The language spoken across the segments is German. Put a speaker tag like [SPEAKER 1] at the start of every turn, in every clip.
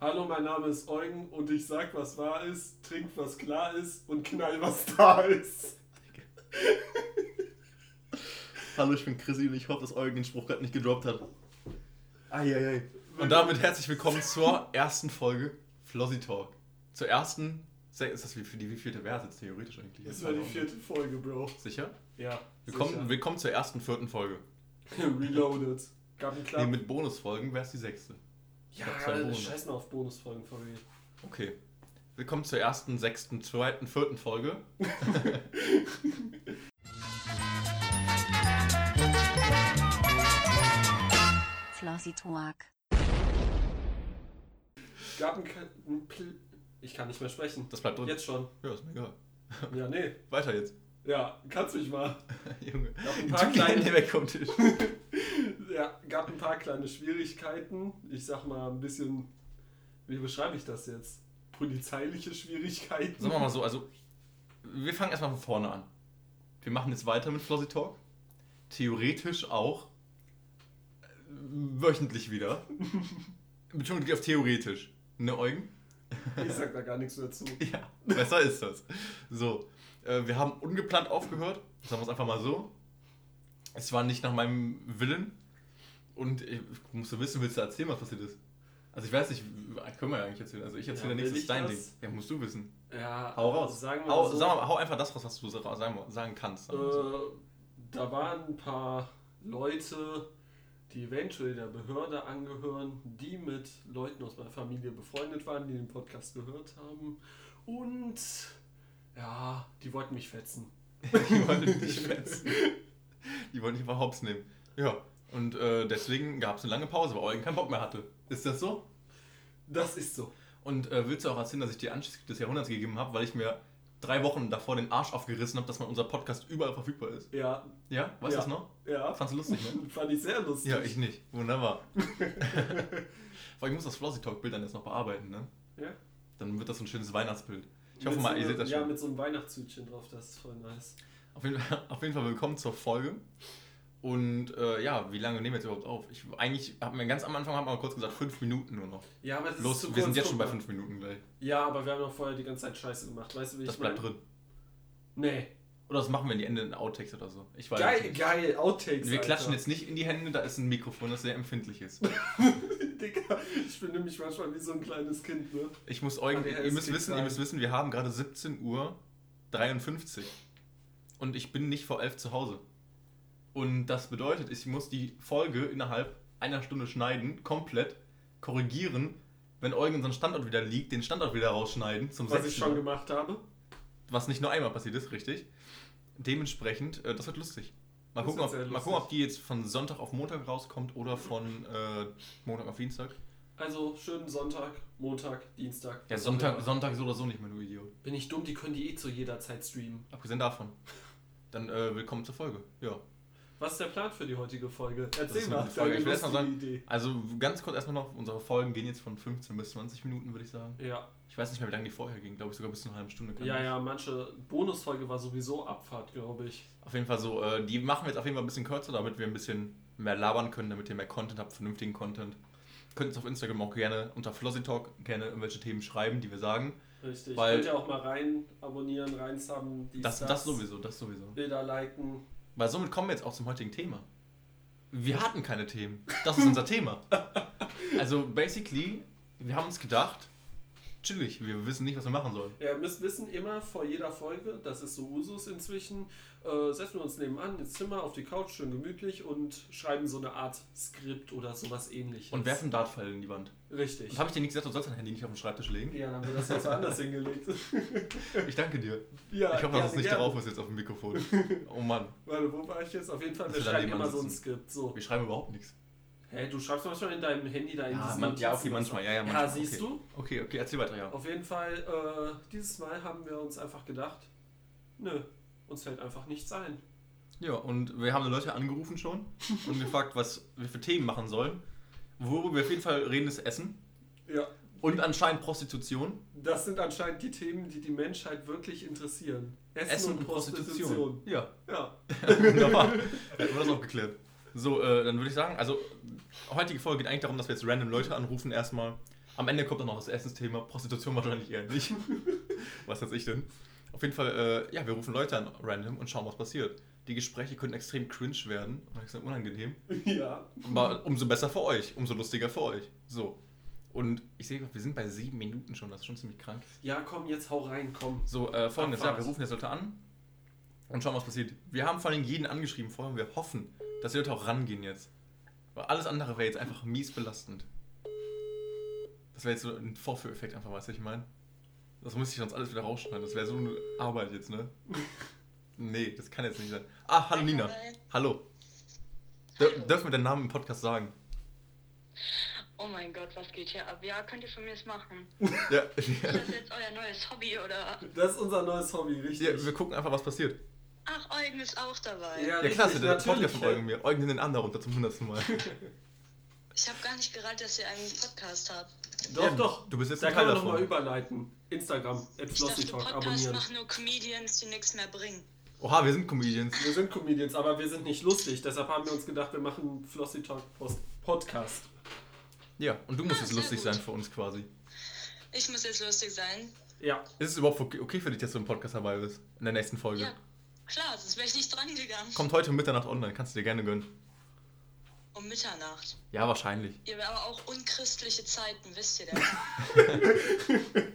[SPEAKER 1] Hallo, mein Name ist Eugen und ich sag, was wahr ist, trink, was klar ist und knall, was da ist.
[SPEAKER 2] Hallo, ich bin Chrissy und ich hoffe, dass Eugen den Spruch gerade nicht gedroppt hat.
[SPEAKER 3] Eieiei.
[SPEAKER 2] Und damit herzlich willkommen zur ersten Folge Flossy Talk. Zur ersten, Se- ist das wie für die wievielte Wert jetzt theoretisch eigentlich?
[SPEAKER 1] Das war die vierte Folge, Bro.
[SPEAKER 2] Sicher?
[SPEAKER 1] Ja.
[SPEAKER 2] Willkommen, willkommen zur ersten, vierten Folge.
[SPEAKER 1] sicher. Reloaded. Gab einen
[SPEAKER 2] Nee,
[SPEAKER 1] Klapp.
[SPEAKER 2] mit Bonusfolgen wäre es die sechste.
[SPEAKER 1] ja,
[SPEAKER 2] gab zwei Bonus.
[SPEAKER 1] scheiß mal auf Bonusfolgen, VW.
[SPEAKER 2] Okay. Willkommen zur ersten, sechsten, zweiten, vierten Folge.
[SPEAKER 4] Flossy Talk.
[SPEAKER 1] Gab einen, Ka- einen Pl Ich kann nicht mehr sprechen.
[SPEAKER 2] Das bleibt drin.
[SPEAKER 1] Jetzt schon.
[SPEAKER 2] Ja, ist mir egal.
[SPEAKER 1] Ja, nee.
[SPEAKER 2] Weiter jetzt.
[SPEAKER 1] Ja, kannst mich mal.
[SPEAKER 2] Junge.
[SPEAKER 1] Gab ein
[SPEAKER 2] Du
[SPEAKER 1] paar kleine
[SPEAKER 2] kleine weg vom Tisch.
[SPEAKER 1] Ja, gab ein paar kleine Schwierigkeiten. Ich sag mal ein bisschen, wie beschreibe ich das jetzt? Polizeiliche Schwierigkeiten.
[SPEAKER 2] Sagen wir mal so, also wir fangen erstmal von vorne an. Wir machen jetzt weiter mit Flossy Talk. Theoretisch auch äh, wöchentlich wieder. Betonung liegt auf theoretisch. Ne, Eugen?
[SPEAKER 1] Ich sag da gar nichts mehr zu.
[SPEAKER 2] Ja, besser ist das. So, äh, wir haben ungeplant aufgehört. Sagen wir es einfach mal so. Es war nicht nach meinem Willen. Und ich musste wissen, willst du erzählen, was passiert ist? Also ich weiß nicht, können wir ja eigentlich erzählen. Also ich erzähle
[SPEAKER 1] Ja,
[SPEAKER 2] ja, nichts,
[SPEAKER 1] will ich
[SPEAKER 2] das ist dein Ding.
[SPEAKER 1] das?
[SPEAKER 2] Ja, musst du wissen.
[SPEAKER 1] Ja, also
[SPEAKER 2] Hau raus.
[SPEAKER 1] Sagen wir
[SPEAKER 2] hau,
[SPEAKER 1] mal so,
[SPEAKER 2] sag mal, hau einfach das raus, was du sa- sagen, sagen kannst. Also, Sagen wir so.
[SPEAKER 1] äh, da waren ein paar Leute, die eventuell der Behörde angehören, die mit Leuten aus meiner Familie befreundet waren, die den Podcast gehört haben. Und ja, die wollten mich fetzen.
[SPEAKER 2] Die wollen dich schwätzen. Die wollen dich einfach hops nehmen. Ja. Und äh, deswegen gab es eine lange Pause, weil Eugen keinen Bock mehr hatte. Ist das so?
[SPEAKER 1] Das ist so.
[SPEAKER 2] Und äh, willst du auch erzählen, dass ich dir Anschluss des Jahrhunderts gegeben habe, weil ich mir drei Wochen davor den Arsch aufgerissen habe, dass man unser Podcast überall verfügbar ist?
[SPEAKER 1] Ja,
[SPEAKER 2] Ja? Weißt du
[SPEAKER 1] Ja.
[SPEAKER 2] das noch?
[SPEAKER 1] ja.
[SPEAKER 2] Fandst du lustig, ne?
[SPEAKER 1] Fand ich sehr lustig.
[SPEAKER 2] Ja, ich nicht. Wunderbar. Weil ich muss das Flossy Talk Bild dann jetzt noch bearbeiten, ne?
[SPEAKER 1] Ja.
[SPEAKER 2] Dann wird das so ein schönes Weihnachtsbild. Ich
[SPEAKER 1] Mit
[SPEAKER 2] hoffe mal,
[SPEAKER 1] so
[SPEAKER 2] ihr
[SPEAKER 1] einer-
[SPEAKER 2] seht das
[SPEAKER 1] Ja,
[SPEAKER 2] schon.
[SPEAKER 1] mit so einem Weihnachtshütchen drauf, das ist voll nice.
[SPEAKER 2] Auf jeden, Fall, auf jeden Fall willkommen zur Folge. Und äh, ja, wie lange nehmen wir jetzt überhaupt auf? Ich, eigentlich haben wir ganz am Anfang haben wir kurz gesagt, fünf Minuten nur noch.
[SPEAKER 1] Ja, aber das ist
[SPEAKER 2] Los,
[SPEAKER 1] zu
[SPEAKER 2] wir
[SPEAKER 1] kurz,
[SPEAKER 2] sind jetzt schon bei
[SPEAKER 1] guck mal.
[SPEAKER 2] fünf Minuten gleich.
[SPEAKER 1] Ja, aber wir haben doch vorher die ganze Zeit Scheiße gemacht. Weißt du, wie
[SPEAKER 2] Das
[SPEAKER 1] ich meine?
[SPEAKER 2] bleibt drin.
[SPEAKER 1] Nee.
[SPEAKER 2] Oder das machen wir in die Ende in Outtakes oder so. Ich weiß
[SPEAKER 1] Geil,
[SPEAKER 2] nicht.
[SPEAKER 1] geil, Outtakes.
[SPEAKER 2] Wir klatschen
[SPEAKER 1] Alter.
[SPEAKER 2] jetzt nicht in die Hände, da ist ein Mikrofon, das sehr empfindlich ist.
[SPEAKER 1] Digga, ich bin nämlich manchmal wie so ein kleines Kind, ne?
[SPEAKER 2] Ich muss Eugen,
[SPEAKER 1] ADHS
[SPEAKER 2] ihr müsst
[SPEAKER 1] geht
[SPEAKER 2] wissen, ihr
[SPEAKER 1] rein.
[SPEAKER 2] müsst wissen, wir haben gerade 17 Uhr 53 und ich bin nicht vor 11 zu Hause. Und das bedeutet, ich muss die Folge innerhalb einer Stunde schneiden, komplett korrigieren, wenn Eugen unseren Standort wieder liegt, den Standort wieder rausschneiden zum
[SPEAKER 1] Was ich
[SPEAKER 2] sechsten
[SPEAKER 1] schon
[SPEAKER 2] Mal.
[SPEAKER 1] gemacht habe.
[SPEAKER 2] was nicht nur einmal passiert ist, richtig. Dementsprechend, äh, das wird lustig. Mal
[SPEAKER 1] Das
[SPEAKER 2] gucken,
[SPEAKER 1] wird
[SPEAKER 2] ob,
[SPEAKER 1] sehr
[SPEAKER 2] mal
[SPEAKER 1] lustig.
[SPEAKER 2] gucken, ob die jetzt von Sonntag auf Montag rauskommt oder von äh, Montag auf Dienstag.
[SPEAKER 1] Also schönen Sonntag, Montag, Dienstag.
[SPEAKER 2] Ja,
[SPEAKER 1] was auch
[SPEAKER 2] Sonntag,
[SPEAKER 1] immer.
[SPEAKER 2] Sonntag so oder so nicht mehr, du Idiot.
[SPEAKER 1] Bin ich dumm, die können die eh zu jeder Zeit streamen.
[SPEAKER 2] Abgesehen davon. Dann äh, willkommen zur Folge. Ja.
[SPEAKER 1] Was ist der Plan für die heutige Folge? Erzähl
[SPEAKER 2] ist
[SPEAKER 1] mal,
[SPEAKER 2] eine Folge.
[SPEAKER 1] deine
[SPEAKER 2] Ich will erst mal
[SPEAKER 1] lustige
[SPEAKER 2] sagen-
[SPEAKER 1] Idee.
[SPEAKER 2] Also ganz kurz erstmal noch, unsere Folgen gehen jetzt von 15 bis 20 Minuten, würde ich sagen.
[SPEAKER 1] Ja,
[SPEAKER 2] Ich weiß nicht mehr, wie lange die vorher ging, glaube ich sogar bis zu einer halben Stunde. kann
[SPEAKER 1] ja,
[SPEAKER 2] ich.
[SPEAKER 1] ja, manche Bonusfolge war sowieso Abfahrt, glaube ich.
[SPEAKER 2] Auf jeden Fall so, äh, die machen wir jetzt auf jeden Fall ein bisschen kürzer, damit wir ein bisschen mehr labern können, damit ihr mehr Content habt, vernünftigen Content. Könnt uns auf Instagram auch gerne unter Flossy Talk gerne irgendwelche Themen schreiben, die wir sagen.
[SPEAKER 1] Richtig.
[SPEAKER 2] Weil-
[SPEAKER 1] Könnt ihr auch mal rein abonnieren, rein subben, die
[SPEAKER 2] Das, das sowieso, das sowieso.
[SPEAKER 1] Bilder liken.
[SPEAKER 2] Weil somit kommen wir jetzt auch zum heutigen Thema. Wir hatten keine Themen. Das ist unser Thema. Also basically, wir haben uns gedacht, chillig, wir wissen nicht, was wir machen sollen.
[SPEAKER 1] Ja, Ihr müsst wissen, immer vor jeder Folge, das ist so Usus inzwischen, äh, setzen wir uns nebenan ins Zimmer, auf die Couch, schön gemütlich und schreiben so eine Art Skript oder sowas ähnliches.
[SPEAKER 2] Und werfen Dartpfeile in die Wand.
[SPEAKER 1] Richtig.
[SPEAKER 2] Und habe ich dir nicht gesagt, du sollst dein Handy nicht auf den Schreibtisch legen?
[SPEAKER 1] Ja, dann wird das jetzt anders hingelegt.
[SPEAKER 2] Ich danke dir.
[SPEAKER 1] ja,
[SPEAKER 2] Ich hoffe, dass
[SPEAKER 1] gerne,
[SPEAKER 2] es nicht
[SPEAKER 1] gerne.
[SPEAKER 2] drauf ist jetzt auf dem Mikrofon. Oh Mann,
[SPEAKER 1] Warte, wo war ich jetzt? Auf jeden Fall,
[SPEAKER 2] Dass
[SPEAKER 1] wir
[SPEAKER 2] wir da
[SPEAKER 1] schreiben
[SPEAKER 2] nebenan
[SPEAKER 1] immer so ein
[SPEAKER 2] sitzen.
[SPEAKER 1] Skript. So.
[SPEAKER 2] wir schreiben überhaupt nichts.
[SPEAKER 1] Hey, du schreibst manchmal in deinem Handy da in
[SPEAKER 2] Ja,
[SPEAKER 1] diesem
[SPEAKER 2] man, ja, okay,
[SPEAKER 1] Notizen-
[SPEAKER 2] manchmal, ja, ja,
[SPEAKER 1] Ja,
[SPEAKER 2] manchmal.
[SPEAKER 1] siehst
[SPEAKER 2] okay.
[SPEAKER 1] du?
[SPEAKER 2] Okay, okay, erzähl weiter, ja.
[SPEAKER 1] Auf jeden Fall, äh, dieses Mal haben wir uns einfach gedacht, nö, uns fällt einfach nichts ein.
[SPEAKER 2] Ja, und wir haben Leute angerufen schon und gefragt, was wir für Themen machen sollen. Worüber wir auf jeden Fall reden, ist Essen.
[SPEAKER 1] Ja,
[SPEAKER 2] Und anscheinend Prostitution.
[SPEAKER 1] Das sind anscheinend die Themen, die die Menschheit wirklich interessieren. Essen, und, Prostitution.
[SPEAKER 2] Ja,
[SPEAKER 1] Ja.
[SPEAKER 2] wunderbar. Hätten wir das auch geklärt. So, äh, dann würde ich sagen, also heutige Folge geht eigentlich darum, dass wir jetzt random Leute anrufen erstmal Am Ende kommt dann noch das Essensthema, Prostitution wahrscheinlich eher nicht. was weiß ich denn? Auf jeden Fall, äh, ja, wir rufen Leute an random und schauen, was passiert. Die Gespräche können extrem cringe werden und extrem unangenehm.
[SPEAKER 1] Ja.
[SPEAKER 2] Aber umso besser für euch, umso lustiger für euch. So. Und ich sehe, wir sind bei sieben Minuten schon, das ist schon ziemlich krank.
[SPEAKER 1] Ja, komm, jetzt hau rein, komm.
[SPEAKER 2] So, äh, folgendes, ja,
[SPEAKER 1] Abfahrt.
[SPEAKER 2] wir rufen jetzt Leute an und schauen, was passiert. Wir haben vor allem jeden angeschrieben vorher und wir hoffen, dass die Leute auch rangehen jetzt. Weil alles andere wäre jetzt einfach mies belastend. Das wäre jetzt so ein Vorführeffekt einfach, weißt du, ich meine. Das müsste ich sonst alles wieder rausschneiden. Das wäre so eine Arbeit jetzt, ne? Nee, das kann jetzt nicht sein. Ah, hallo Nina. Hallo. Dür Dürfen wir deinen Namen im Podcast sagen?
[SPEAKER 5] Oh mein Gott, was geht hier ab? Ja, könnt ihr von mir es machen.
[SPEAKER 2] Ja,
[SPEAKER 5] Ist
[SPEAKER 2] ja.
[SPEAKER 5] das jetzt euer neues Hobby oder?
[SPEAKER 1] Das ist unser neues Hobby, richtig.
[SPEAKER 2] ja wir gucken einfach, was passiert.
[SPEAKER 5] Ach, Eugen ist auch dabei.
[SPEAKER 2] Ja, klasse, der
[SPEAKER 1] natürlich.
[SPEAKER 2] Podcast von Eugen mir. Eugen den anderen runter zum hundertsten Mal.
[SPEAKER 5] Ich habe gar nicht gerallt, dass ihr einen Podcast habt.
[SPEAKER 1] Doch,
[SPEAKER 2] Ja,
[SPEAKER 1] doch.
[SPEAKER 2] du bist jetzt
[SPEAKER 1] da
[SPEAKER 2] ein
[SPEAKER 1] kann
[SPEAKER 2] Teil
[SPEAKER 1] man nochmal
[SPEAKER 2] davon.
[SPEAKER 1] überleiten. Instagram, at
[SPEAKER 5] Ich dachte,
[SPEAKER 1] Flossy Talk,
[SPEAKER 5] Podcast
[SPEAKER 1] abonnieren.
[SPEAKER 5] machen nur Comedians, die nichts mehr bringen.
[SPEAKER 2] Oha, wir sind Comedians.
[SPEAKER 1] Wir sind Comedians, aber wir sind nicht lustig. Deshalb haben wir uns gedacht, wir machen Flossy Talk Post Podcast.
[SPEAKER 2] Ja, und du musst
[SPEAKER 5] Ah,
[SPEAKER 2] jetzt
[SPEAKER 5] sehr
[SPEAKER 2] lustig
[SPEAKER 5] gut.
[SPEAKER 2] sein für uns quasi.
[SPEAKER 5] Ich muss jetzt lustig sein.
[SPEAKER 1] Ja,
[SPEAKER 2] Ist es überhaupt okay- okay für dich, dass du im Podcast dabei bist? In der nächsten Folge.
[SPEAKER 5] Ja, klar, sonst wäre ich nicht dran gegangen.
[SPEAKER 2] Kommt heute um Mitternacht online, kannst du dir gerne gönnen.
[SPEAKER 5] Um Mitternacht.
[SPEAKER 2] Ja, wahrscheinlich.
[SPEAKER 5] Ihr wäre aber auch unchristliche Zeiten, wisst ihr denn?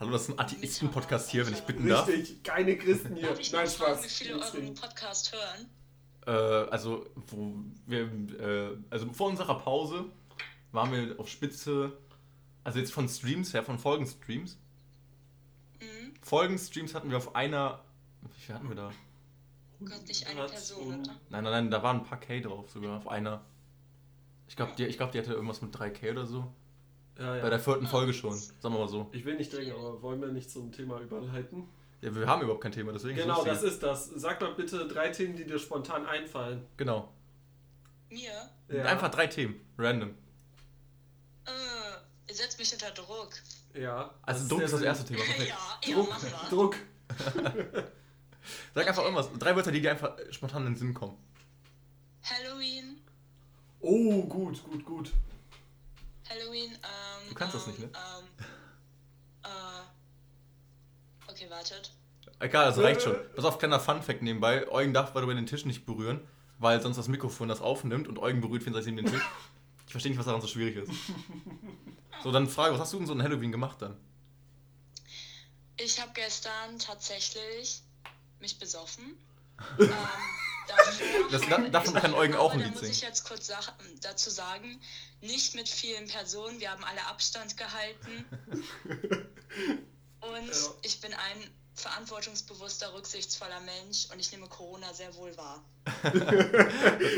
[SPEAKER 2] Hallo, das ist ein Atheisten-Podcast hier, wenn ich bitten darf. Äh,
[SPEAKER 1] richtig. Keine Christen hier.
[SPEAKER 5] Darf ich mal
[SPEAKER 1] Nein,
[SPEAKER 5] fragen, wie
[SPEAKER 1] Spaß.
[SPEAKER 5] viele euren
[SPEAKER 1] Deswegen.
[SPEAKER 5] Podcast hören?
[SPEAKER 2] also, wo wir, äh, also vor unserer Pause waren wir auf Spitze, also jetzt von Streams her, von Folgenstreams.
[SPEAKER 5] Mhm.
[SPEAKER 2] Folgenstreams hatten wir auf einer, wie viel hatten wir da?
[SPEAKER 5] Gott, nicht eine
[SPEAKER 1] Hat's
[SPEAKER 5] Person,
[SPEAKER 1] und-
[SPEAKER 5] oder?
[SPEAKER 2] Nein, nein, nein, da waren ein paar K drauf sogar, auf einer. Ich glaube, die, ich glaub, die hatte irgendwas mit 3K oder so.
[SPEAKER 1] Ja,
[SPEAKER 2] Bei
[SPEAKER 1] ja.
[SPEAKER 2] der vierten Folge schon, sagen wir mal so.
[SPEAKER 1] Ich will nicht drängen, aber wollen wir nicht zum Thema überleiten?
[SPEAKER 2] Ja, wir haben überhaupt kein Thema, deswegen.
[SPEAKER 1] Genau,
[SPEAKER 2] ist es
[SPEAKER 1] das ist das. Sag mal bitte drei Themen, die dir spontan einfallen.
[SPEAKER 2] lustig. Genau.
[SPEAKER 5] Mir?
[SPEAKER 1] Ja.
[SPEAKER 2] Einfach drei Themen, random.
[SPEAKER 5] Äh, ihr setzt mich unter Druck.
[SPEAKER 1] Ja.
[SPEAKER 2] Also dumm ist das
[SPEAKER 1] der
[SPEAKER 2] erste
[SPEAKER 1] Sinn.
[SPEAKER 2] Thema. Perfekt.
[SPEAKER 5] Ja, ja,
[SPEAKER 1] Druck,
[SPEAKER 5] machen wir.
[SPEAKER 1] Druck.
[SPEAKER 2] Sag einfach irgendwas. Drei Wörter, die dir einfach äh, spontan in den Sinn kommen.
[SPEAKER 5] Halloween,
[SPEAKER 1] Oh, gut, gut, gut.
[SPEAKER 5] Halloween, ähm.
[SPEAKER 2] Du kannst
[SPEAKER 5] ähm,
[SPEAKER 2] das nicht, ne?
[SPEAKER 5] Ähm. Äh. Okay, wartet.
[SPEAKER 2] Egal, das reicht schon. Pass auf, kleiner Funfact nebenbei. Eugen darf bei den Tisch nicht berühren, weil sonst das Mikrofon das aufnimmt und Eugen berührt 24 den Tisch. Ich verstehe nicht, was daran so schwierig ist. So, dann Frage, was hast du denn so an Halloween gemacht dann?
[SPEAKER 5] Ich habe gestern tatsächlich mich besoffen. ähm, davor.
[SPEAKER 2] Das, da, davon kann Eugen auch
[SPEAKER 5] Aber
[SPEAKER 2] ein
[SPEAKER 5] da
[SPEAKER 2] Lied
[SPEAKER 5] muss ich
[SPEAKER 2] singen.
[SPEAKER 5] jetzt kurz sach- dazu sagen, nicht mit vielen Personen, wir haben alle Abstand gehalten. Und
[SPEAKER 1] Ja.
[SPEAKER 5] ich bin ein verantwortungsbewusster, rücksichtsvoller Mensch und ich nehme Corona sehr wohl wahr.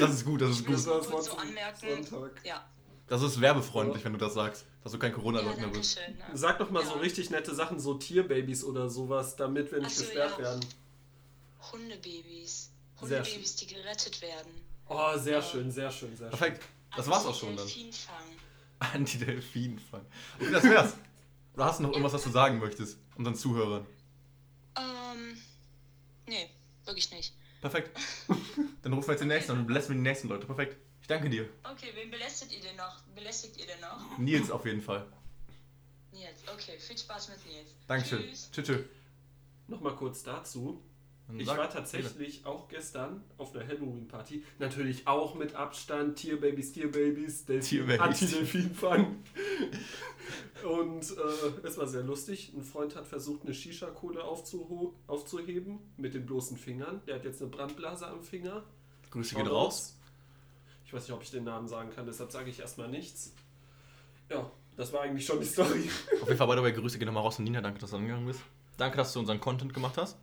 [SPEAKER 2] Das ist gut, das ist
[SPEAKER 5] Ich muss
[SPEAKER 2] gut.
[SPEAKER 5] nur
[SPEAKER 1] Das war
[SPEAKER 5] kurz so
[SPEAKER 1] zum
[SPEAKER 5] anmerken.
[SPEAKER 1] Sonntag.
[SPEAKER 5] Ja,
[SPEAKER 2] Das ist werbefreundlich, wenn du das sagst, dass du kein
[SPEAKER 5] ja
[SPEAKER 2] Corona-Leugner
[SPEAKER 5] danke
[SPEAKER 2] bist.
[SPEAKER 5] schön. Ne?
[SPEAKER 1] Sag doch mal so
[SPEAKER 5] Ja.
[SPEAKER 1] richtig nette Sachen, so Tierbabys oder sowas, damit wir
[SPEAKER 5] Ach
[SPEAKER 1] nicht
[SPEAKER 5] so,
[SPEAKER 1] gesperrt
[SPEAKER 5] ja.
[SPEAKER 1] werden.
[SPEAKER 5] Hundebabys.
[SPEAKER 1] Sehr
[SPEAKER 5] Hundebabys, die gerettet werden.
[SPEAKER 1] Oh, sehr schön, sehr schön, sehr schön.
[SPEAKER 2] Perfekt. Das war's auch schon dann.
[SPEAKER 5] Delfinfang.
[SPEAKER 2] Anti-Delfin-Fang. Okay, das wär's. Du hast noch irgendwas, was du sagen möchtest, unseren Zuhörern.
[SPEAKER 5] Ähm, nee, wirklich nicht.
[SPEAKER 2] Perfekt. Dann rufen wir jetzt den nächsten an und belästigen wir die nächsten Leute. Perfekt. Ich danke dir.
[SPEAKER 5] Okay, wen belästigt ihr denn noch? Belästigt ihr denn noch?
[SPEAKER 2] Nils auf jeden Fall.
[SPEAKER 5] Nils, okay, viel Spaß mit Nils.
[SPEAKER 2] Dankeschön.
[SPEAKER 5] Tschüss.
[SPEAKER 2] Tschüss. tschüss.
[SPEAKER 1] Nochmal kurz dazu.
[SPEAKER 2] Dann
[SPEAKER 1] Ich
[SPEAKER 2] Hm, sag-
[SPEAKER 1] war tatsächlich auch gestern auf einer Halloween-Party. Natürlich auch mit Abstand. Tierbabys, Tierbabys, Delfin,
[SPEAKER 2] Tierbabys.
[SPEAKER 1] Anti-Delfin-Fang. Und äh, es war sehr lustig. Ein Freund hat versucht, eine Shisha-Kohle aufzuho- aufzuheben mit den bloßen Fingern. Der hat jetzt eine Brandblase am Finger.
[SPEAKER 2] Grüße
[SPEAKER 1] Shoutouts.
[SPEAKER 2] gehen raus.
[SPEAKER 1] Ich weiß nicht, ob ich den Namen sagen kann, deshalb sage ich erstmal nichts. Ja, das war eigentlich schon die Story.
[SPEAKER 2] Auf jeden Fall, by the way, Grüße gehen nochmal raus an Nina. Danke, dass du angegangen bist. Danke, dass du unseren Content gemacht hast.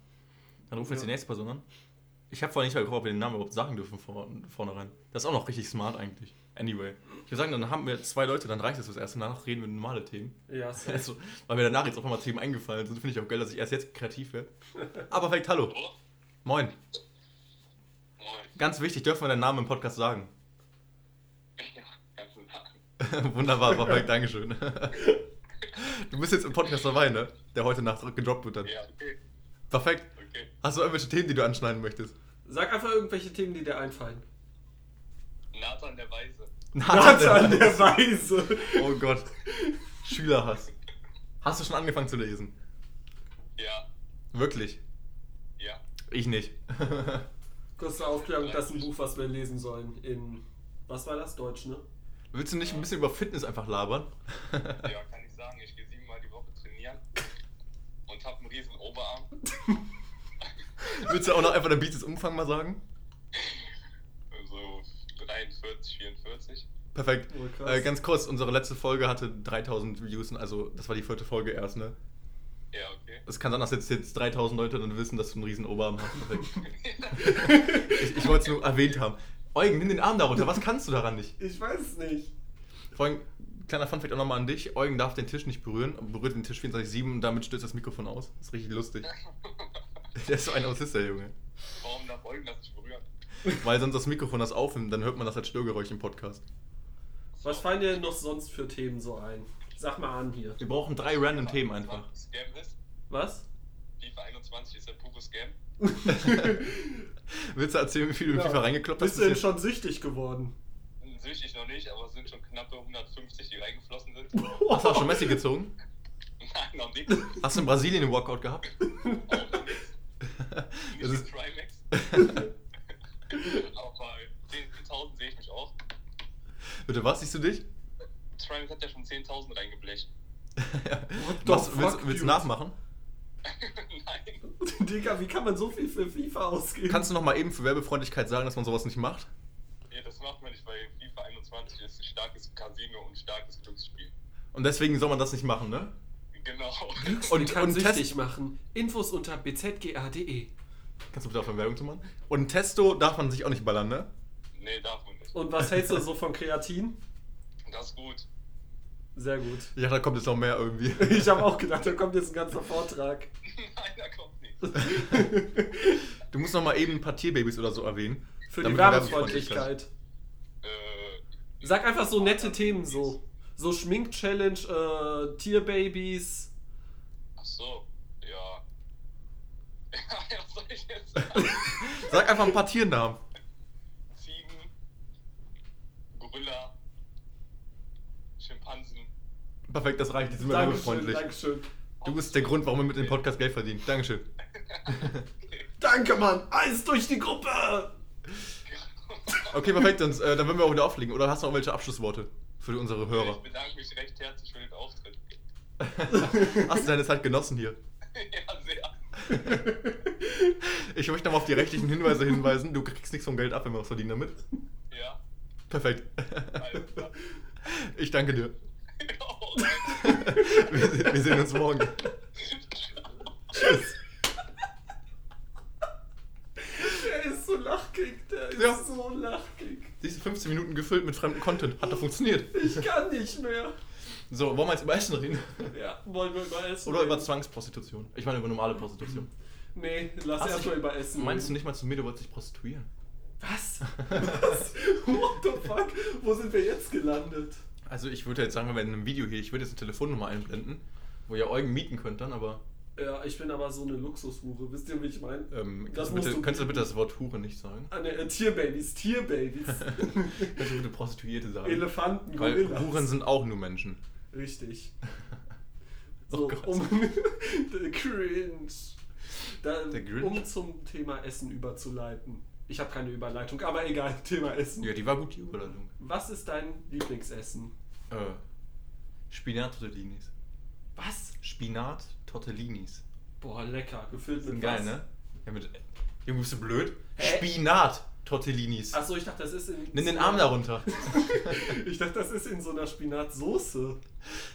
[SPEAKER 2] Dann rufen wir jetzt
[SPEAKER 1] Ja.
[SPEAKER 2] die nächste Person an. Ich habe vorhin nicht mal geguckt, ob wir den Namen überhaupt sagen dürfen vor, vornherein. Das ist auch noch richtig smart eigentlich. Anyway. Ich würde sagen, dann haben wir zwei Leute, dann reicht es fürs erste. Danach reden wir normale Themen.
[SPEAKER 1] Ja, so.
[SPEAKER 2] Also, weil mir danach jetzt auch nochmal Themen eingefallen sind, finde ich auch geil, dass ich erst jetzt kreativ werde. Aber perfekt, hallo. Moin.
[SPEAKER 6] Moin.
[SPEAKER 2] Ganz wichtig, dürfen wir deinen Namen im Podcast sagen.
[SPEAKER 6] Ja, kannst du machen.
[SPEAKER 2] Wunderbar, perfekt, Dankeschön. Du bist jetzt im Podcast dabei, ne? Der heute Nacht gedroppt wird dann.
[SPEAKER 6] Ja, okay,
[SPEAKER 2] Perfekt.
[SPEAKER 6] okay.
[SPEAKER 2] Hast du irgendwelche Themen, die du anschneiden möchtest?
[SPEAKER 1] Sag einfach irgendwelche Themen, die dir einfallen.
[SPEAKER 6] Nathan der Weise.
[SPEAKER 2] Nathan,
[SPEAKER 1] der Weise.
[SPEAKER 2] Oh Gott. Schülerhass. Hast du schon angefangen zu lesen?
[SPEAKER 6] Ja,
[SPEAKER 2] Wirklich?
[SPEAKER 6] ja.
[SPEAKER 2] Ich nicht.
[SPEAKER 1] Kurze Aufklärung, das ist ein Buch, was wir lesen sollen in, was war das, Deutsch, ne?
[SPEAKER 2] Willst du nicht ein bisschen über Fitness einfach labern?
[SPEAKER 6] Ja, kann ich sagen, ich gehe siebenmal die Woche trainieren und habe einen riesen Oberarm.
[SPEAKER 2] Willst du auch noch einfach den Bietes-Umfang mal sagen?
[SPEAKER 6] So 43, 44.
[SPEAKER 2] Perfekt.
[SPEAKER 1] Oh, krass.
[SPEAKER 2] Äh, ganz kurz, unsere letzte Folge hatte 3000 Views, also das war die vierte Folge erst, ne?
[SPEAKER 6] Ja, okay.
[SPEAKER 2] Es kann sein, dass jetzt, jetzt 3000 Leute dann wissen, dass du einen riesen Oberarm hast. Perfekt. ich ich wollte es nur erwähnt haben. Eugen, nimm den Arm darunter, was kannst du daran nicht?
[SPEAKER 1] Ich weiß es nicht.
[SPEAKER 2] Vor allem, kleiner Funfact auch nochmal an dich. Eugen darf den Tisch nicht berühren, aber berührt den Tisch 24-7 und damit stößt das Mikrofon aus. Das ist richtig lustig. Der ist so ein Autist, der Junge.
[SPEAKER 6] Warum darf Eugen das nicht berühren?
[SPEAKER 2] Weil sonst das Mikrofon das aufnimmt, dann hört man das als Störgeräusch im Podcast.
[SPEAKER 1] Was fallen dir denn noch sonst für Themen so ein? Sag mal an hier.
[SPEAKER 2] Wir brauchen drei random Themen einfach.
[SPEAKER 6] Was ein Scam ist,
[SPEAKER 1] Was?
[SPEAKER 6] FIFA 21 ist der pure Scam.
[SPEAKER 2] Willst du erzählen, wie viel du
[SPEAKER 1] Ja.
[SPEAKER 2] ja. FIFA reingekloppt hast?
[SPEAKER 1] Bist du denn
[SPEAKER 2] bisher?
[SPEAKER 1] schon süchtig geworden?
[SPEAKER 6] Süchtig noch nicht, aber es sind schon knappe 150, die reingeflossen sind.
[SPEAKER 2] Hast du auch schon Messi gezogen?
[SPEAKER 6] Nein, noch nichts.
[SPEAKER 2] Hast du in Brasilien den Walkout gehabt?
[SPEAKER 6] Auch noch nichts. Nicht
[SPEAKER 2] Das
[SPEAKER 6] ist
[SPEAKER 2] ist,
[SPEAKER 6] Trimax. aber bei 10.000 sehe ich mich auch.
[SPEAKER 2] bitte was, siehst du dich?
[SPEAKER 6] Trimax hat ja schon 10.000 reingeblecht.
[SPEAKER 1] the
[SPEAKER 2] Was,
[SPEAKER 1] fuck,
[SPEAKER 2] willst, willst du
[SPEAKER 1] dude?
[SPEAKER 2] nachmachen?
[SPEAKER 6] Nein.
[SPEAKER 1] Digga, wie kann man so viel für FIFA ausgeben?
[SPEAKER 2] Kannst du noch mal eben für Werbefreundlichkeit sagen, dass man sowas nicht macht?
[SPEAKER 6] Ja, das macht man nicht, weil FIFA 21 ist ein starkes Casino und ein starkes Glücksspiel.
[SPEAKER 2] Und deswegen soll man das nicht machen, ne?
[SPEAKER 6] Genau.
[SPEAKER 2] Und- kann und süchtig Test-
[SPEAKER 1] machen. Infos unter bzga.de.
[SPEAKER 2] Kannst du bitte aufhören, Werbung zu machen? Und Testo darf man sich auch nicht ballern, ne?
[SPEAKER 6] Nee, darf man nicht.
[SPEAKER 1] Und was hältst du so von Kreatin?
[SPEAKER 6] Das ist gut.
[SPEAKER 1] Sehr gut.
[SPEAKER 2] Ich dachte, da kommt jetzt noch mehr irgendwie.
[SPEAKER 1] Ich habe auch gedacht, da kommt jetzt ein ganzer Vortrag.
[SPEAKER 6] Nein, da kommt nichts.
[SPEAKER 2] Du musst noch mal eben ein paar Tierbabys oder so erwähnen.
[SPEAKER 1] Für die
[SPEAKER 2] Damit wir werbefreundlich
[SPEAKER 1] Werbefreundlichkeit.
[SPEAKER 6] Äh,
[SPEAKER 1] Sag einfach
[SPEAKER 2] Oh,
[SPEAKER 1] so nette Themen so. So Schmink-Challenge, äh, Tierbabys.
[SPEAKER 6] ach so, ja. Ja, was soll ich jetzt sagen?
[SPEAKER 2] Sag einfach ein paar Tiernamen.
[SPEAKER 6] Ziegen, Gorilla, Schimpansen.
[SPEAKER 2] Perfekt, das reicht. Die sind mir
[SPEAKER 1] Dankeschön,
[SPEAKER 2] werbefreundlich.
[SPEAKER 1] Dankeschön.
[SPEAKER 2] Du bist der Grund, warum wir mit dem Podcast Geld verdienen. Dankeschön.
[SPEAKER 1] Danke, Mann. Eis durch die Gruppe.
[SPEAKER 2] Okay, perfekt, dann, äh, dann würden wir auch wieder auflegen. Oder hast du noch welche Abschlussworte für unsere
[SPEAKER 6] Ich
[SPEAKER 2] Hörer?
[SPEAKER 6] bedanke mich recht herzlich für den Auftritt.
[SPEAKER 2] Hast du deine Zeit genossen hier?
[SPEAKER 6] ja, sehr.
[SPEAKER 2] Ich möchte nochmal auf die rechtlichen Hinweise hinweisen. Du kriegst nichts vom Geld ab, wenn wir was verdienen damit.
[SPEAKER 6] Ja,
[SPEAKER 2] Perfekt.
[SPEAKER 6] alles klar.
[SPEAKER 2] Ich danke dir.
[SPEAKER 6] Genau.
[SPEAKER 2] Wir, se- wir sehen uns morgen.
[SPEAKER 1] Der ist so lachkick. Der ist
[SPEAKER 2] Ja.
[SPEAKER 1] so lachkick.
[SPEAKER 2] Diese 15 Minuten gefüllt mit fremdem Content. Hat doch funktioniert.
[SPEAKER 1] Ich kann nicht mehr.
[SPEAKER 2] So, wollen wir jetzt über Essen reden?
[SPEAKER 1] Ja, wollen wir über Essen
[SPEAKER 2] Oder über
[SPEAKER 1] reden?
[SPEAKER 2] Zwangsprostitution? Ich meine über normale Prostitution.
[SPEAKER 1] Nee, lass
[SPEAKER 2] Hast du-
[SPEAKER 1] erstmal über Essen
[SPEAKER 2] Meinst du
[SPEAKER 1] reden.
[SPEAKER 2] nicht mal zu mir, du wolltest dich prostituieren?
[SPEAKER 1] Was? Was? What the fuck? Wo sind wir jetzt gelandet?
[SPEAKER 2] Also ich würde jetzt sagen, wenn wir in einem Video hier, ich würde jetzt eine Telefonnummer einblenden, wo ihr Eugen mieten könnt dann, aber
[SPEAKER 1] Ja, ich bin aber so eine Luxushure. Wisst ihr, wie ich meine?
[SPEAKER 2] ähm,
[SPEAKER 1] Das
[SPEAKER 2] kannst, du
[SPEAKER 1] musst
[SPEAKER 2] bitte,
[SPEAKER 1] du
[SPEAKER 2] kannst du
[SPEAKER 1] bieten.
[SPEAKER 2] bitte das Wort Hure nicht sagen?
[SPEAKER 1] Ah, ne, äh, Tierbabys, Tierbabys.
[SPEAKER 2] kannst du bitte Prostituierte sagen?
[SPEAKER 1] Elefanten,
[SPEAKER 2] Weil
[SPEAKER 1] Gorillas.
[SPEAKER 2] Huren sind auch nur Menschen.
[SPEAKER 1] Richtig. So,
[SPEAKER 2] Oh Gott.
[SPEAKER 1] um. Der Cringe. Da,
[SPEAKER 2] Der Grinch.
[SPEAKER 1] um zum Thema Essen überzuleiten. Ich habe keine Überleitung, aber egal, Thema Essen.
[SPEAKER 2] Ja, die war gut, die Überleitung.
[SPEAKER 1] Was ist dein Lieblingsessen?
[SPEAKER 2] Äh, Spinat-Tortellinis.
[SPEAKER 1] Was?
[SPEAKER 2] Spinat-Tortellinis.
[SPEAKER 1] Boah, lecker. Gefüllt mit
[SPEAKER 2] Sind geil,
[SPEAKER 1] was?
[SPEAKER 2] ne? Ja, mit, Junge, bist du blöd?
[SPEAKER 1] Hä?
[SPEAKER 2] Spinat-Tortellinis.
[SPEAKER 1] Achso, ich dachte, das ist in.
[SPEAKER 2] Nimm den Arm darunter.
[SPEAKER 1] Ich dachte, das ist in so einer Spinatsoße.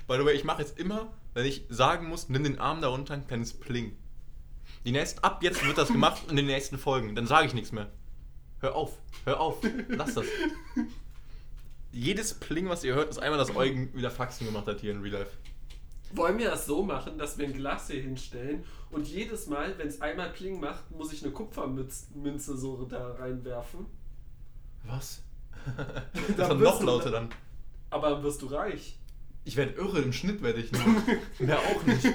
[SPEAKER 2] By the way, ich mache jetzt immer, wenn ich sagen muss, nimm den Arm darunter, ein kleines Pling. Die nächsten, ab jetzt wird das gemacht in den nächsten Folgen. Dann sage ich nichts mehr. Hör auf, hör auf, lass das. Jedes Pling, was ihr hört, ist einmal, dass Eugen wieder Faxen gemacht hat hier in Real Life.
[SPEAKER 1] Wollen wir das so machen, dass wir ein Glas hier hinstellen und jedes Mal, wenn es einmal Pling macht, muss ich eine Kupfermünze so da reinwerfen?
[SPEAKER 2] Was?
[SPEAKER 1] Dann
[SPEAKER 2] das war
[SPEAKER 1] wirst
[SPEAKER 2] noch
[SPEAKER 1] du-
[SPEAKER 2] lauter dann.
[SPEAKER 1] Aber dann wirst du reich.
[SPEAKER 2] Ich werde irre, im Schnitt werde ich nur. Mehr auch nicht. Wir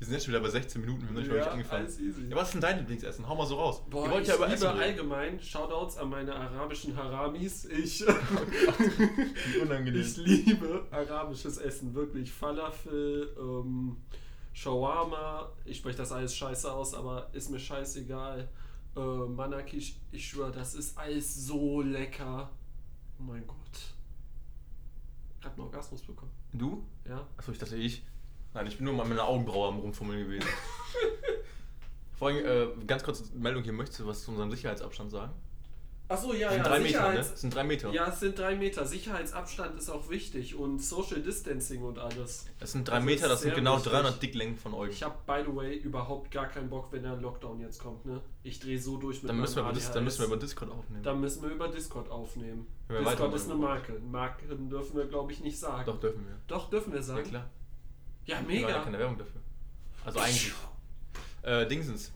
[SPEAKER 2] sind jetzt schon wieder bei 16 Minuten, wir haben noch nicht mal richtig angefangen.
[SPEAKER 1] alles easy.
[SPEAKER 2] Ja, was ist denn dein Lieblingsessen? Hau mal so raus.
[SPEAKER 1] Boah,
[SPEAKER 2] Ihr wollt
[SPEAKER 1] ich
[SPEAKER 2] ja über
[SPEAKER 1] liebe
[SPEAKER 2] Essen reden.
[SPEAKER 1] allgemein Shoutouts an meine arabischen Haramis. Ich,
[SPEAKER 2] Wie unangenehm.
[SPEAKER 1] ich liebe arabisches Essen, wirklich. Falafel, ähm, Shawarma, ich spreche das alles scheiße aus, aber ist mir scheißegal. Äh, Manakish, ich schwöre, das ist alles so lecker. Oh mein Gott. Gerade einen Orgasmus bekommen.
[SPEAKER 2] du?
[SPEAKER 1] Ja,
[SPEAKER 2] Achso, ich dachte ich. Nein, ich bin nur mal mit einer Augenbraue am Rumfummeln gewesen. Vor allem, äh, ganz kurz Meldung hier, möchtest du was zu unserem Sicherheitsabstand sagen?
[SPEAKER 1] Achso, ja,
[SPEAKER 2] Das
[SPEAKER 1] ja,
[SPEAKER 2] sind drei Meter, ne?
[SPEAKER 1] Sicherheits
[SPEAKER 2] Das sind drei Meter.
[SPEAKER 1] Ja, es sind drei Meter. Sicherheitsabstand ist auch wichtig und Social Distancing und alles.
[SPEAKER 2] Das sind drei
[SPEAKER 1] Das ist
[SPEAKER 2] Meter, das sind
[SPEAKER 1] sehr
[SPEAKER 2] genau
[SPEAKER 1] wichtig.
[SPEAKER 2] 300 Dicklängen von euch.
[SPEAKER 1] Ich habe, by the way, überhaupt gar keinen Bock, wenn der Lockdown jetzt kommt, ne? Ich drehe so durch mit
[SPEAKER 2] Dann müssen, wir über
[SPEAKER 1] meinem
[SPEAKER 2] Dis-
[SPEAKER 1] ADHS.
[SPEAKER 2] dann müssen wir über Discord aufnehmen.
[SPEAKER 1] Dann müssen wir über Discord aufnehmen.
[SPEAKER 2] Wenn wir
[SPEAKER 1] Discord
[SPEAKER 2] weitermachen.
[SPEAKER 1] ist eine Marke. Marken dürfen wir, glaube ich, nicht sagen.
[SPEAKER 2] Doch, dürfen wir.
[SPEAKER 1] Doch, dürfen wir sagen?
[SPEAKER 2] Ja, klar.
[SPEAKER 1] Ja,
[SPEAKER 2] Wir machen ja
[SPEAKER 1] mega.
[SPEAKER 2] keine Werbung dafür. Also eigentlich. Äh, Dingsens.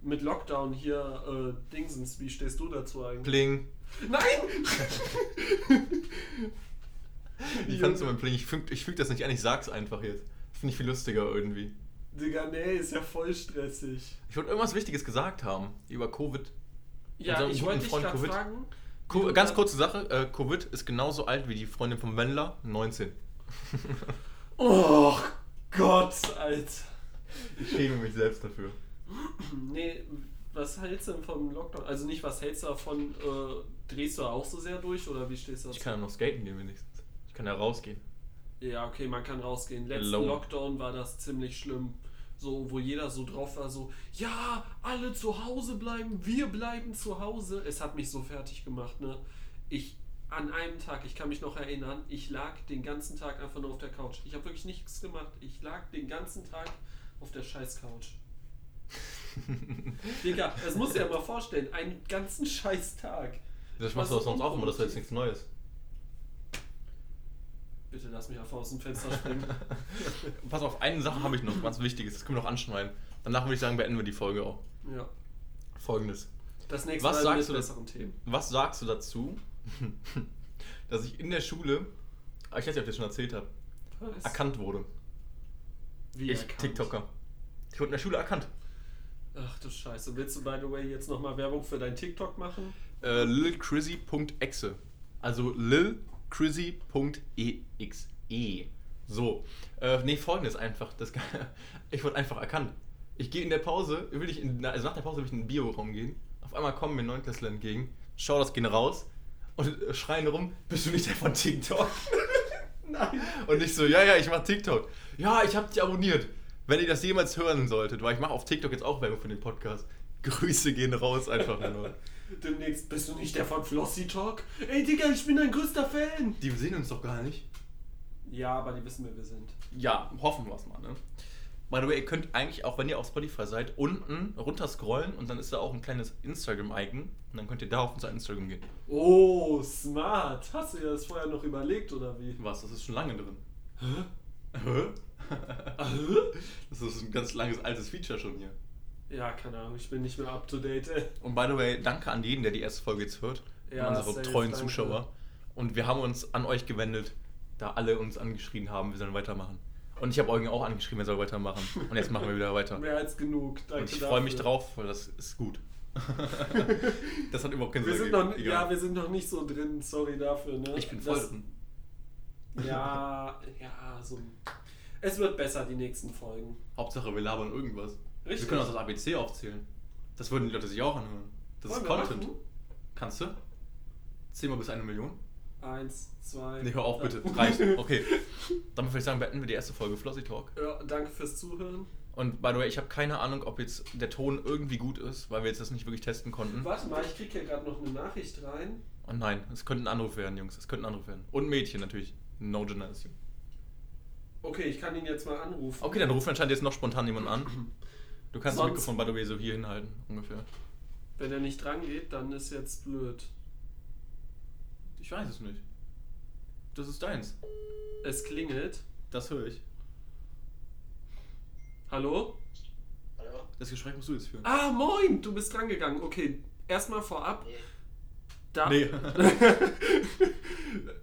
[SPEAKER 1] Mit Lockdown hier, äh, Dingsens, wie stehst du dazu eigentlich?
[SPEAKER 2] Pling.
[SPEAKER 1] Nein!
[SPEAKER 2] Ich fand's immer Pling. Ich füg, ich füg das nicht an, ich sag's einfach jetzt. Finde ich viel lustiger irgendwie.
[SPEAKER 1] Digga, nee, ist ja voll stressig.
[SPEAKER 2] Ich wollte irgendwas Wichtiges gesagt haben über Covid.
[SPEAKER 1] Ja,
[SPEAKER 2] Unserem
[SPEAKER 1] ich
[SPEAKER 2] guten
[SPEAKER 1] wollte dich
[SPEAKER 2] Freund
[SPEAKER 1] gerade
[SPEAKER 2] Also Covid.
[SPEAKER 1] fragen.
[SPEAKER 2] Co
[SPEAKER 1] wie du
[SPEAKER 2] ganz
[SPEAKER 1] da-
[SPEAKER 2] kurze Sache: äh, Covid ist genauso alt wie die Freundin von Wendler, 19.
[SPEAKER 1] Oh Gott, Alter.
[SPEAKER 2] Ich schäme mich selbst dafür.
[SPEAKER 1] Nee, was hältst du denn vom Lockdown? Also nicht, was hältst du davon? Äh, drehst du da auch so sehr durch oder wie stehst du
[SPEAKER 2] Ich
[SPEAKER 1] dazu?
[SPEAKER 2] kann ja noch skaten gehen wenigstens. Ich kann ja rausgehen.
[SPEAKER 1] Ja, okay, man kann rausgehen. Letzten
[SPEAKER 2] Alone.
[SPEAKER 1] Lockdown war das ziemlich schlimm. So, wo jeder so drauf war, so, ja, alle zu Hause bleiben, wir bleiben zu Hause. Es hat mich so fertig gemacht, ne? Ich, an einem Tag, ich kann mich noch erinnern, ich lag den ganzen Tag einfach nur auf der Couch. Ich habe wirklich nichts gemacht. Ich lag den ganzen Tag auf der scheiß Couch. Digga, das musst du dir mal vorstellen, einen ganzen scheiß Tag.
[SPEAKER 2] Das
[SPEAKER 1] Was
[SPEAKER 2] machst du
[SPEAKER 1] so
[SPEAKER 2] doch sonst auch immer, das war
[SPEAKER 1] unproduktiv.
[SPEAKER 2] jetzt nichts Neues.
[SPEAKER 1] Bitte lass mich einfach aus dem Fenster springen.
[SPEAKER 2] Pass auf, eine Sache habe ich noch, was Wichtiges, das können wir noch anschneiden. Danach würde ich sagen, beenden wir die Folge auch.
[SPEAKER 1] ja.
[SPEAKER 2] Folgendes.
[SPEAKER 1] Das nächste
[SPEAKER 2] Was
[SPEAKER 1] Mal
[SPEAKER 2] sagst
[SPEAKER 1] mit
[SPEAKER 2] du das-
[SPEAKER 1] besseren Themen.
[SPEAKER 2] Was sagst du dazu, dass ich in der Schule, ah, ich weiß nicht, ob ich das schon erzählt habe,
[SPEAKER 1] Was?
[SPEAKER 2] erkannt wurde?
[SPEAKER 1] Wie
[SPEAKER 2] ich,
[SPEAKER 1] erkannt?
[SPEAKER 2] TikToker. Ich wurde in der Schule erkannt.
[SPEAKER 1] Ach du Scheiße. Willst du, by the way, jetzt nochmal Werbung für dein TikTok machen?
[SPEAKER 2] Äh, lilcrizzy.exe. Also lilcrizzy.exe. So. Äh, nee, folgendes einfach. Das, ich wurde einfach erkannt. Ich gehe in der Pause, will ich in, also nach der Pause will ich in den Bio-Raum gehen. Auf einmal kommen mir Neunklässler entgegen, schau das gehen raus und äh, schreien rum, bist du nicht der von TikTok? Nein. Und ich so, ja, ja, ich mache TikTok. Ja, ich habe dich abonniert. Wenn ihr das jemals hören solltet, weil ich mache auf TikTok jetzt auch Werbung für den Podcast. Grüße gehen raus einfach nur.
[SPEAKER 1] Demnächst bist du nicht der von Flossy Talk? Ey, Digga, ich bin dein größter Fan!
[SPEAKER 2] Die sehen uns doch gar nicht.
[SPEAKER 1] Ja, aber die wissen, wer wir sind.
[SPEAKER 2] Ja, hoffen wir es mal, ne? By the way, ihr könnt eigentlich auch, wenn ihr auf Spotify seid, unten runterscrollen und dann ist da auch ein kleines Instagram-Icon und dann könnt ihr da auf unser Instagram gehen.
[SPEAKER 1] Oh, smart. Hast du dir das vorher noch überlegt, oder wie?
[SPEAKER 2] Was? Das ist schon lange drin.
[SPEAKER 1] Hä?
[SPEAKER 2] Hä?
[SPEAKER 1] Hä?
[SPEAKER 2] Das ist ein ganz langes altes Feature schon hier.
[SPEAKER 1] Ja, keine Ahnung, ich bin nicht mehr up to date. ey.
[SPEAKER 2] Und by the way, danke an jeden, der die erste Folge jetzt hört.
[SPEAKER 1] Ja,
[SPEAKER 2] an unsere
[SPEAKER 1] safe,
[SPEAKER 2] treuen
[SPEAKER 1] danke.
[SPEAKER 2] Zuschauer. Und wir haben uns an euch gewendet, da alle uns angeschrien haben, wir sollen weitermachen. Und ich habe Eugen auch angeschrieben, er soll weitermachen. Und jetzt machen wir wieder weiter.
[SPEAKER 1] Mehr als genug. Danke
[SPEAKER 2] Und ich
[SPEAKER 1] dafür.
[SPEAKER 2] freue mich drauf, weil das ist gut. das hat überhaupt keinen
[SPEAKER 1] Wir
[SPEAKER 2] Sinn.
[SPEAKER 1] sind,
[SPEAKER 2] ergeben.
[SPEAKER 1] noch,
[SPEAKER 2] Egal.
[SPEAKER 1] ja, wir sind noch nicht so drin, sorry dafür, ne?
[SPEAKER 2] ich bin voll
[SPEAKER 1] Das-
[SPEAKER 2] drin.
[SPEAKER 1] Ja, ja, so. Es wird besser, die nächsten Folgen.
[SPEAKER 2] Hauptsache, wir labern irgendwas.
[SPEAKER 1] Richtig.
[SPEAKER 2] Wir können auch das ABC aufzählen. Das würden die Leute sich auch anhören. Das
[SPEAKER 1] Wollen
[SPEAKER 2] ist
[SPEAKER 1] wir
[SPEAKER 2] Content.
[SPEAKER 1] machen?
[SPEAKER 2] Kannst du? Zähl mal bis eine Million.
[SPEAKER 1] Eins, zwei. äh.
[SPEAKER 2] Nee, hör auf bitte. Reicht. Okay. Dann würde ich sagen, beenden wir die erste Folge Flossy Talk.
[SPEAKER 1] Ja, danke fürs Zuhören.
[SPEAKER 2] Und by the way, ich habe keine Ahnung, ob jetzt der Ton irgendwie gut ist, weil wir jetzt das nicht wirklich testen konnten.
[SPEAKER 1] Warte mal, ich krieg hier gerade noch eine Nachricht rein.
[SPEAKER 2] Oh nein, es könnte ein Anruf werden, Jungs. Es könnte ein Anruf werden. Und Mädchen natürlich. No gender issue.
[SPEAKER 1] Okay, ich kann ihn jetzt mal anrufen.
[SPEAKER 2] Okay, dann rufen anscheinend jetzt noch spontan jemand an. Du kannst
[SPEAKER 1] Sonst-
[SPEAKER 2] das Mikrofon, by the way, so hier hinhalten, ungefähr.
[SPEAKER 1] Wenn er nicht dran geht, dann ist jetzt blöd.
[SPEAKER 2] Ich weiß es nicht. Das ist deins.
[SPEAKER 1] Es klingelt.
[SPEAKER 2] Das höre ich.
[SPEAKER 1] Hallo?
[SPEAKER 7] Hallo?
[SPEAKER 2] Das Gespräch musst du jetzt führen.
[SPEAKER 1] Ah, moin, du bist dran gegangen. Okay, erstmal vorab.
[SPEAKER 7] Nee.
[SPEAKER 1] Da
[SPEAKER 2] Nee.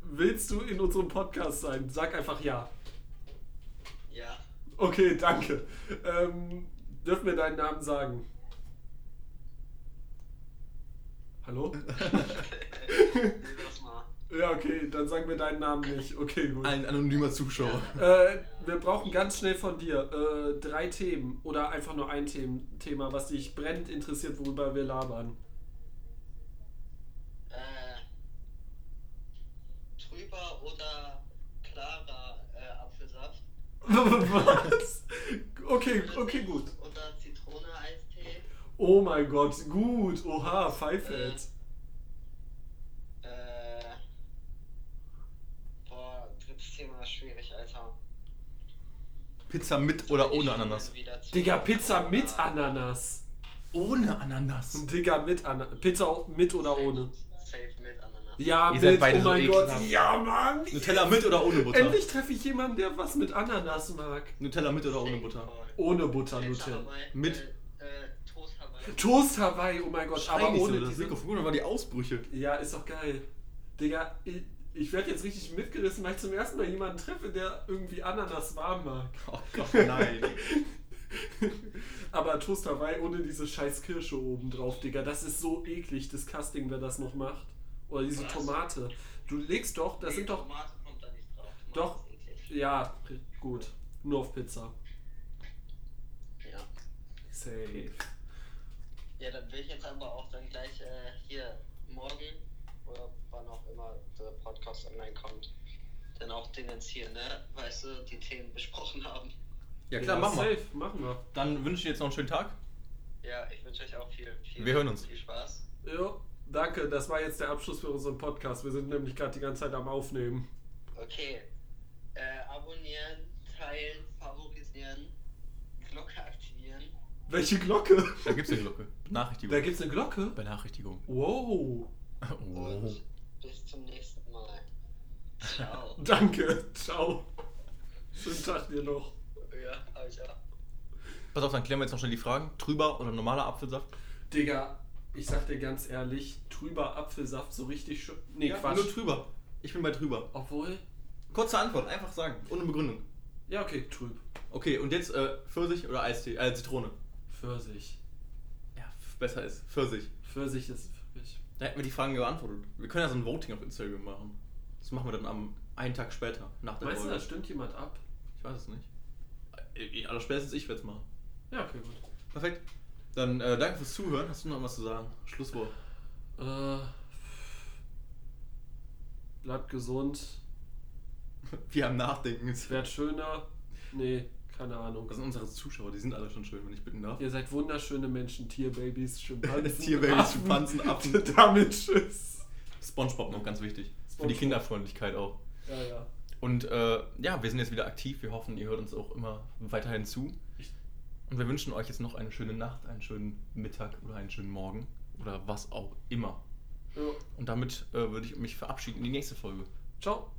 [SPEAKER 1] Willst du in unserem Podcast sein? Sag einfach ja.
[SPEAKER 7] Ja.
[SPEAKER 1] Okay, danke. Ähm, dürfen wir deinen Namen sagen? Hallo?
[SPEAKER 7] Nee, lass mal.
[SPEAKER 1] Ja, okay, dann sagen wir deinen Namen nicht. Okay, gut.
[SPEAKER 2] Ein anonymer Zuschauer.
[SPEAKER 1] Äh, wir brauchen ganz schnell von dir äh, drei Themen oder einfach nur ein Them Thema, was dich brennend interessiert, worüber wir labern.
[SPEAKER 7] Äh, trüber oder klarer äh, Apfelsaft.
[SPEAKER 1] was? Okay, okay, gut.
[SPEAKER 7] Oder Zitrone-Eistee.
[SPEAKER 1] Oh mein Gott, gut. Oha, Pfeife.
[SPEAKER 7] Äh, boah, drittes Thema ist schwierig, Alter.
[SPEAKER 2] Pizza mit oder ohne Ananas?
[SPEAKER 1] Digga, Pizza mit Ananas.
[SPEAKER 2] Ohne Ananas.
[SPEAKER 1] Digga, mit Ananas. Pizza mit oder ohne?
[SPEAKER 7] Safe mit Ananas.
[SPEAKER 1] Ja,
[SPEAKER 2] Ihr seid
[SPEAKER 1] mit.
[SPEAKER 2] beide
[SPEAKER 1] Oh
[SPEAKER 2] so
[SPEAKER 1] mein Gott.
[SPEAKER 2] ekelhaft.
[SPEAKER 1] Ja, Mann.
[SPEAKER 2] Nutella mit oder ohne Butter?
[SPEAKER 1] Endlich treffe ich jemanden, der was mit Ananas mag.
[SPEAKER 2] Nutella mit oder ohne Butter?
[SPEAKER 7] Voll.
[SPEAKER 1] Ohne Butter,
[SPEAKER 7] Pizza
[SPEAKER 1] Nutella.
[SPEAKER 7] Hawaii,
[SPEAKER 2] Mit-
[SPEAKER 7] Äh, äh, Toast Hawaii.
[SPEAKER 1] Toast Hawaii, oh mein Gott,
[SPEAKER 2] Schrei
[SPEAKER 1] aber
[SPEAKER 2] nicht
[SPEAKER 1] ohne
[SPEAKER 2] so, das
[SPEAKER 1] diese-
[SPEAKER 2] Mikrofon oder waren die Ausbrüche?
[SPEAKER 1] Ja, ist doch geil. Digga, ich, ich werde jetzt richtig mitgerissen, weil ich zum ersten Mal jemanden treffe, der irgendwie Ananas warm mag.
[SPEAKER 2] Oh Gott, nein.
[SPEAKER 1] Aber Toast Hawaii ohne diese scheiß Kirsche oben drauf, Digga. Das ist so eklig, disgusting, wer das noch macht. Oder diese
[SPEAKER 7] Was?
[SPEAKER 1] Tomate. Du legst doch, das
[SPEAKER 7] Nee,
[SPEAKER 1] sind doch.
[SPEAKER 7] Tomate kommt da nicht drauf. Tomate
[SPEAKER 1] Doch.
[SPEAKER 7] ist eklig.
[SPEAKER 1] Ja, gut. Nur auf Pizza.
[SPEAKER 7] Ja.
[SPEAKER 1] Safe.
[SPEAKER 7] Ja, dann will ich jetzt aber auch dann gleich äh, hier morgen oder wann auch immer der Podcast online kommt, dann auch denunzieren, ne? Weißt du, die Themen besprochen haben.
[SPEAKER 2] Ja klar, mach mal.
[SPEAKER 1] Safe, machen wir.
[SPEAKER 2] Dann wünsche ich dir jetzt noch einen schönen Tag.
[SPEAKER 7] Ja, ich wünsche euch auch viel, viel,
[SPEAKER 2] Wir hören uns.
[SPEAKER 7] viel Spaß.
[SPEAKER 1] Jo, danke, das war jetzt der Abschluss für unseren Podcast. Wir sind nämlich gerade die ganze Zeit am Aufnehmen.
[SPEAKER 7] Okay. Äh, abonnieren, teilen, favorisieren, Glocke aktivieren.
[SPEAKER 1] Welche Glocke?
[SPEAKER 2] Da gibt's eine Glocke. Benachrichtigung.
[SPEAKER 1] Da gibt's eine Glocke?
[SPEAKER 2] Benachrichtigung.
[SPEAKER 1] Wow.
[SPEAKER 2] Oh.
[SPEAKER 7] Und bis zum nächsten Mal. Ciao.
[SPEAKER 1] Danke, ciao. Schönen Tag dir noch.
[SPEAKER 7] ja, hab ich auch.
[SPEAKER 2] Pass auf, dann klären wir jetzt noch schnell die Fragen. Trüber oder normaler Apfelsaft?
[SPEAKER 1] Digga, ich sag dir ganz ehrlich, trüber Apfelsaft so richtig schön. Nee,
[SPEAKER 2] Ja,
[SPEAKER 1] Quatsch.
[SPEAKER 2] Nur trüber. Ich bin bei drüber.
[SPEAKER 1] Obwohl.
[SPEAKER 2] Kurze Antwort, einfach sagen. Ohne Begründung.
[SPEAKER 1] Ja, okay, trüb.
[SPEAKER 2] Okay, und jetzt äh, Pfirsich oder Eistee? Äh, Zitrone.
[SPEAKER 1] Pfirsich.
[SPEAKER 2] Ja, f- besser ist Pfirsich.
[SPEAKER 1] Pfirsich ist wirklich.
[SPEAKER 2] Da hätten wir die Fragen beantwortet. Wir können ja so ein Voting auf Instagram machen. Das machen wir dann am einen Tag später, nach der
[SPEAKER 1] Meinst du,
[SPEAKER 2] Folge.
[SPEAKER 1] da stimmt jemand ab?
[SPEAKER 2] Ich weiß es nicht. Äh, Aber spätestens ich werde es machen.
[SPEAKER 1] Ja, okay, gut.
[SPEAKER 2] Perfekt. Dann äh, danke fürs Zuhören. Hast du noch was zu sagen? Schlusswort.
[SPEAKER 1] Äh. Bleibt gesund.
[SPEAKER 2] Wir am Nachdenken. Das
[SPEAKER 1] Werd schöner. Nee, keine Ahnung.
[SPEAKER 2] sind unsere Zuschauer, die sind alle schon schön, wenn ich bitten darf.
[SPEAKER 1] Ihr seid wunderschöne Menschen, Tierbabys, Schimpansen.
[SPEAKER 2] Tierbabys,
[SPEAKER 1] Affen.
[SPEAKER 2] Schimpansen, Affen.
[SPEAKER 1] Damit tschüss.
[SPEAKER 2] Spongebob noch ganz wichtig. Für die
[SPEAKER 1] Spongebob.
[SPEAKER 2] Kinderfreundlichkeit auch.
[SPEAKER 1] Ja, ja.
[SPEAKER 2] Und äh, ja, wir sind jetzt wieder aktiv. Wir hoffen, ihr hört uns auch immer weiterhin zu.
[SPEAKER 1] Ich-
[SPEAKER 2] Und wir wünschen euch jetzt noch eine schöne Nacht, einen schönen Mittag oder einen schönen Morgen oder was auch immer.
[SPEAKER 1] Jo.
[SPEAKER 2] Und damit äh, würde ich mich verabschieden in die nächste Folge.
[SPEAKER 1] Ciao.